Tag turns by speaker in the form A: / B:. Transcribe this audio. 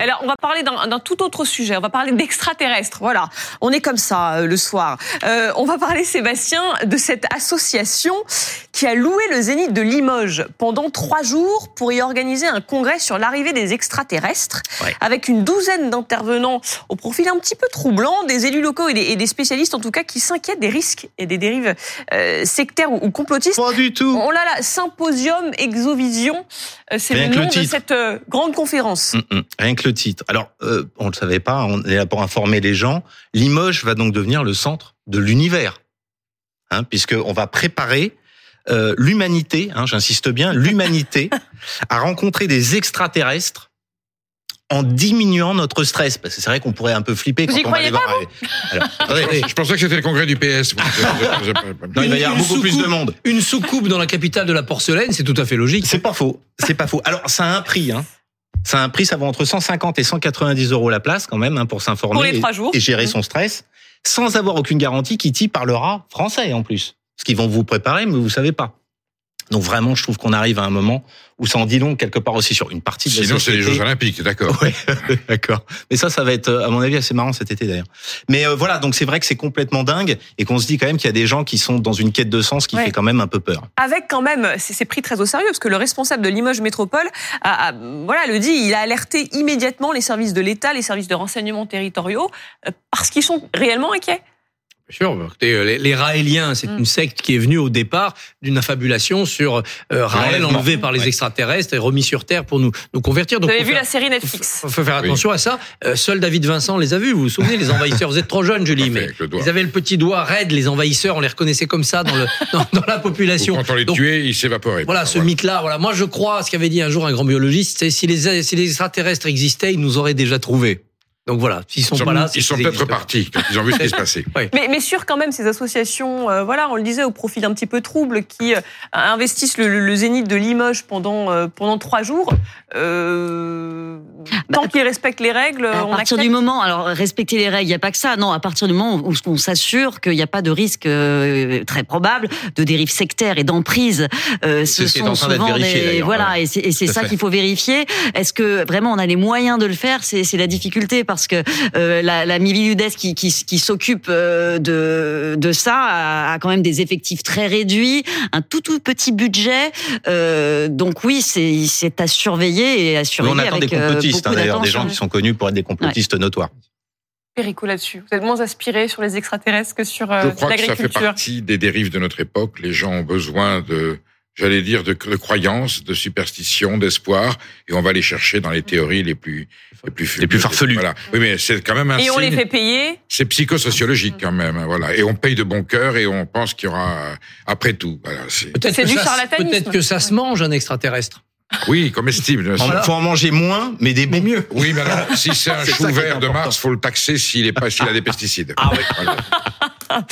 A: Alors, on va parler d'un d'un tout autre sujet. On va parler d'extraterrestres. Voilà. On est comme ça euh, le soir. Euh, on va parler, Sébastien, de cette association qui a loué le zénith de Limoges pendant trois jours pour y organiser un congrès sur l'arrivée des extraterrestres
B: Ouais.
A: avec une douzaine d'intervenants au profil un petit peu troublant, des élus locaux et des, et des spécialistes en tout cas qui s'inquiètent des risques et des dérives euh, sectaires ou, ou complotistes.
B: Pas du tout.
A: On l'a là, Symposium Exovision, euh, c'est le
B: Rien que
A: nom
B: le
A: de
B: titre.
A: cette euh, grande conférence.
B: Mm, mm. Rien que le titre. Alors, euh, on le savait pas, on est là pour informer les gens. Limoges va donc devenir le centre de l'univers, hein, puisqu'on va préparer euh, l'humanité, hein, j'insiste bien, l'humanité à rencontrer des extraterrestres en diminuant notre stress. Parce que c'est vrai qu'on pourrait un peu flipper
A: Vous
B: quand
A: y
B: on va
A: croyez
B: les voir arriver. Alors, attendez,
C: Je pensais que c'était le congrès du PS.
B: non, il va y avoir
D: Une
B: beaucoup plus de
D: soucoupe.
B: monde.
D: Une soucoupe dans la capitale de la porcelaine, c'est tout à fait logique.
B: C'est pas faux. C'est pas faux. Alors, ça a un prix, hein. Ça a un prix, ça vaut entre 150 et 190 euros la place quand même hein, pour s'informer
A: Pour les
B: et,
A: trois jours.
B: et gérer son stress, sans avoir aucune garantie qu'ITI parlera français en plus. Ce qu'ils vont vous préparer, mais vous savez pas. Donc vraiment, je trouve qu'on arrive à un moment où ça en dit long quelque part aussi sur une partie de la
C: Sinon, c'est les
B: société.
C: Jeux Olympiques, d'accord.
B: Ouais, d'accord. Mais ça, ça va être, à mon avis, assez marrant cet été d'ailleurs. Mais euh, voilà, donc c'est vrai que c'est complètement dingue et qu'on se dit quand même qu'il y a des gens qui sont dans une quête de sens qui
A: Ouais.
B: fait quand même un peu peur.
A: Avec quand même, c'est c'est pris très au sérieux, parce que le responsable de Limoges Métropole, a- a- voilà, le dit, il a alerté immédiatement les services de l'État, les services de renseignement territoriaux, euh, parce qu'ils sont réellement inquiets.
D: Bien sûr, bah, écoutez, euh, les, les Raéliens, c'est
A: Mm.
D: une secte qui est venue au départ d'une affabulation sur euh, Raël
B: L'enlèvement.
D: enlevé par les
B: Ouais.
D: extraterrestres et remis sur Terre pour nous, nous convertir.
A: Vous
D: Donc,
A: avez
D: faut
A: vu
D: faire-
A: la série Netflix
D: faut faut faire attention à ça. Euh, seul David Vincent les a vus. Vous vous souvenez, les envahisseurs. Vous êtes trop jeune, Julie,
C: Parfait,
D: mais
C: avec le doigt.
D: ils avaient le petit doigt raide. Les envahisseurs, on les reconnaissait comme ça dans, le, dans, dans la
C: Ou
D: population.
C: Quand on les
D: Donc,
C: tuait, ils s'évaporaient.
D: Voilà, ce mythe-là. Voilà, moi je crois à ce qu'avait dit un jour un grand biologiste, c'est si les si les extraterrestres existaient, ils nous auraient déjà trouvés. Donc voilà, s'ils sont
C: Ils sont,
D: pas là, c'est
C: ils sont
D: qu'ils
C: peut-être
D: existent pas.
C: partis quand ils ont vu ce qui se passait.
A: mais, mais sur quand même ces associations, euh, voilà, on le disait, au profil un petit peu trouble, qui euh, investissent le, le- le zénith de Limoges pendant, euh, pendant trois jours, euh, tant qu'ils respectent les règles,
E: Bah, À
A: on
E: partir
A: accepte.
E: du moment, alors respecter les règles, il n'y a pas que ça. Non, à partir du moment où on s'assure qu'il n'y a pas de risque euh, très probable de dérive sectaire et d'emprise, euh,
B: C'est
E: ce
B: ce qui est
E: sont
B: en train d'être
E: souvent
B: vérifié,
E: des-
B: d'ailleurs.
E: voilà, et c'est- et c'est
B: Tout à
E: ça
B: fait.
E: qu'il faut vérifier. Est-ce que vraiment on a les moyens de le faire C'est c'est la difficulté parce que euh, la, la Miviludes qui, qui, qui s'occupe euh, de, de ça a, a quand même des effectifs très réduits, un tout tout petit budget. Euh, donc oui, c'est c'est à surveiller et à
B: Mais
E: surveiller
B: on attend
E: avec
B: des
E: euh,
B: complotistes, hein,
E: beaucoup
B: d'ailleurs, des gens
E: d'attention.
B: qui sont connus pour être des complotistes notoires.
A: Perico là-dessus. Vous êtes moins aspiré sur les extraterrestres que sur euh,
C: Je crois que ça fait
A: l'agriculture.
C: partie des dérives de notre époque. Les gens ont besoin de, j'allais dire, de, de croyances, de superstitions, d'espoir, et on va les chercher dans les théories les plus, les plus,
B: Les plus
C: fumeuses.
B: farfelues.
C: Voilà. Oui, mais c'est quand même un
A: Et on les
C: signe.
A: fait payer.
C: C'est psychosociologique quand même, hein, voilà. Et on paye de bon cœur et on pense qu'il y aura euh, après tout. Voilà, c'est-
D: Peut-être
A: C'est
D: que
A: du
D: ça,
A: charlatanisme.
D: peut-être que ça se mange un extraterrestre.
C: oui, comestible. bien sûr.
B: Il faut en manger moins, mais des bons.
D: mieux.
C: Oui, mais alors, si c'est un
B: C'est
C: chou
B: ça qui est Ah
C: vert de
B: important.
C: Mars, faut le taxer s'il est pas, s'il a des pesticides.
D: Ah oui.
C: Voilà.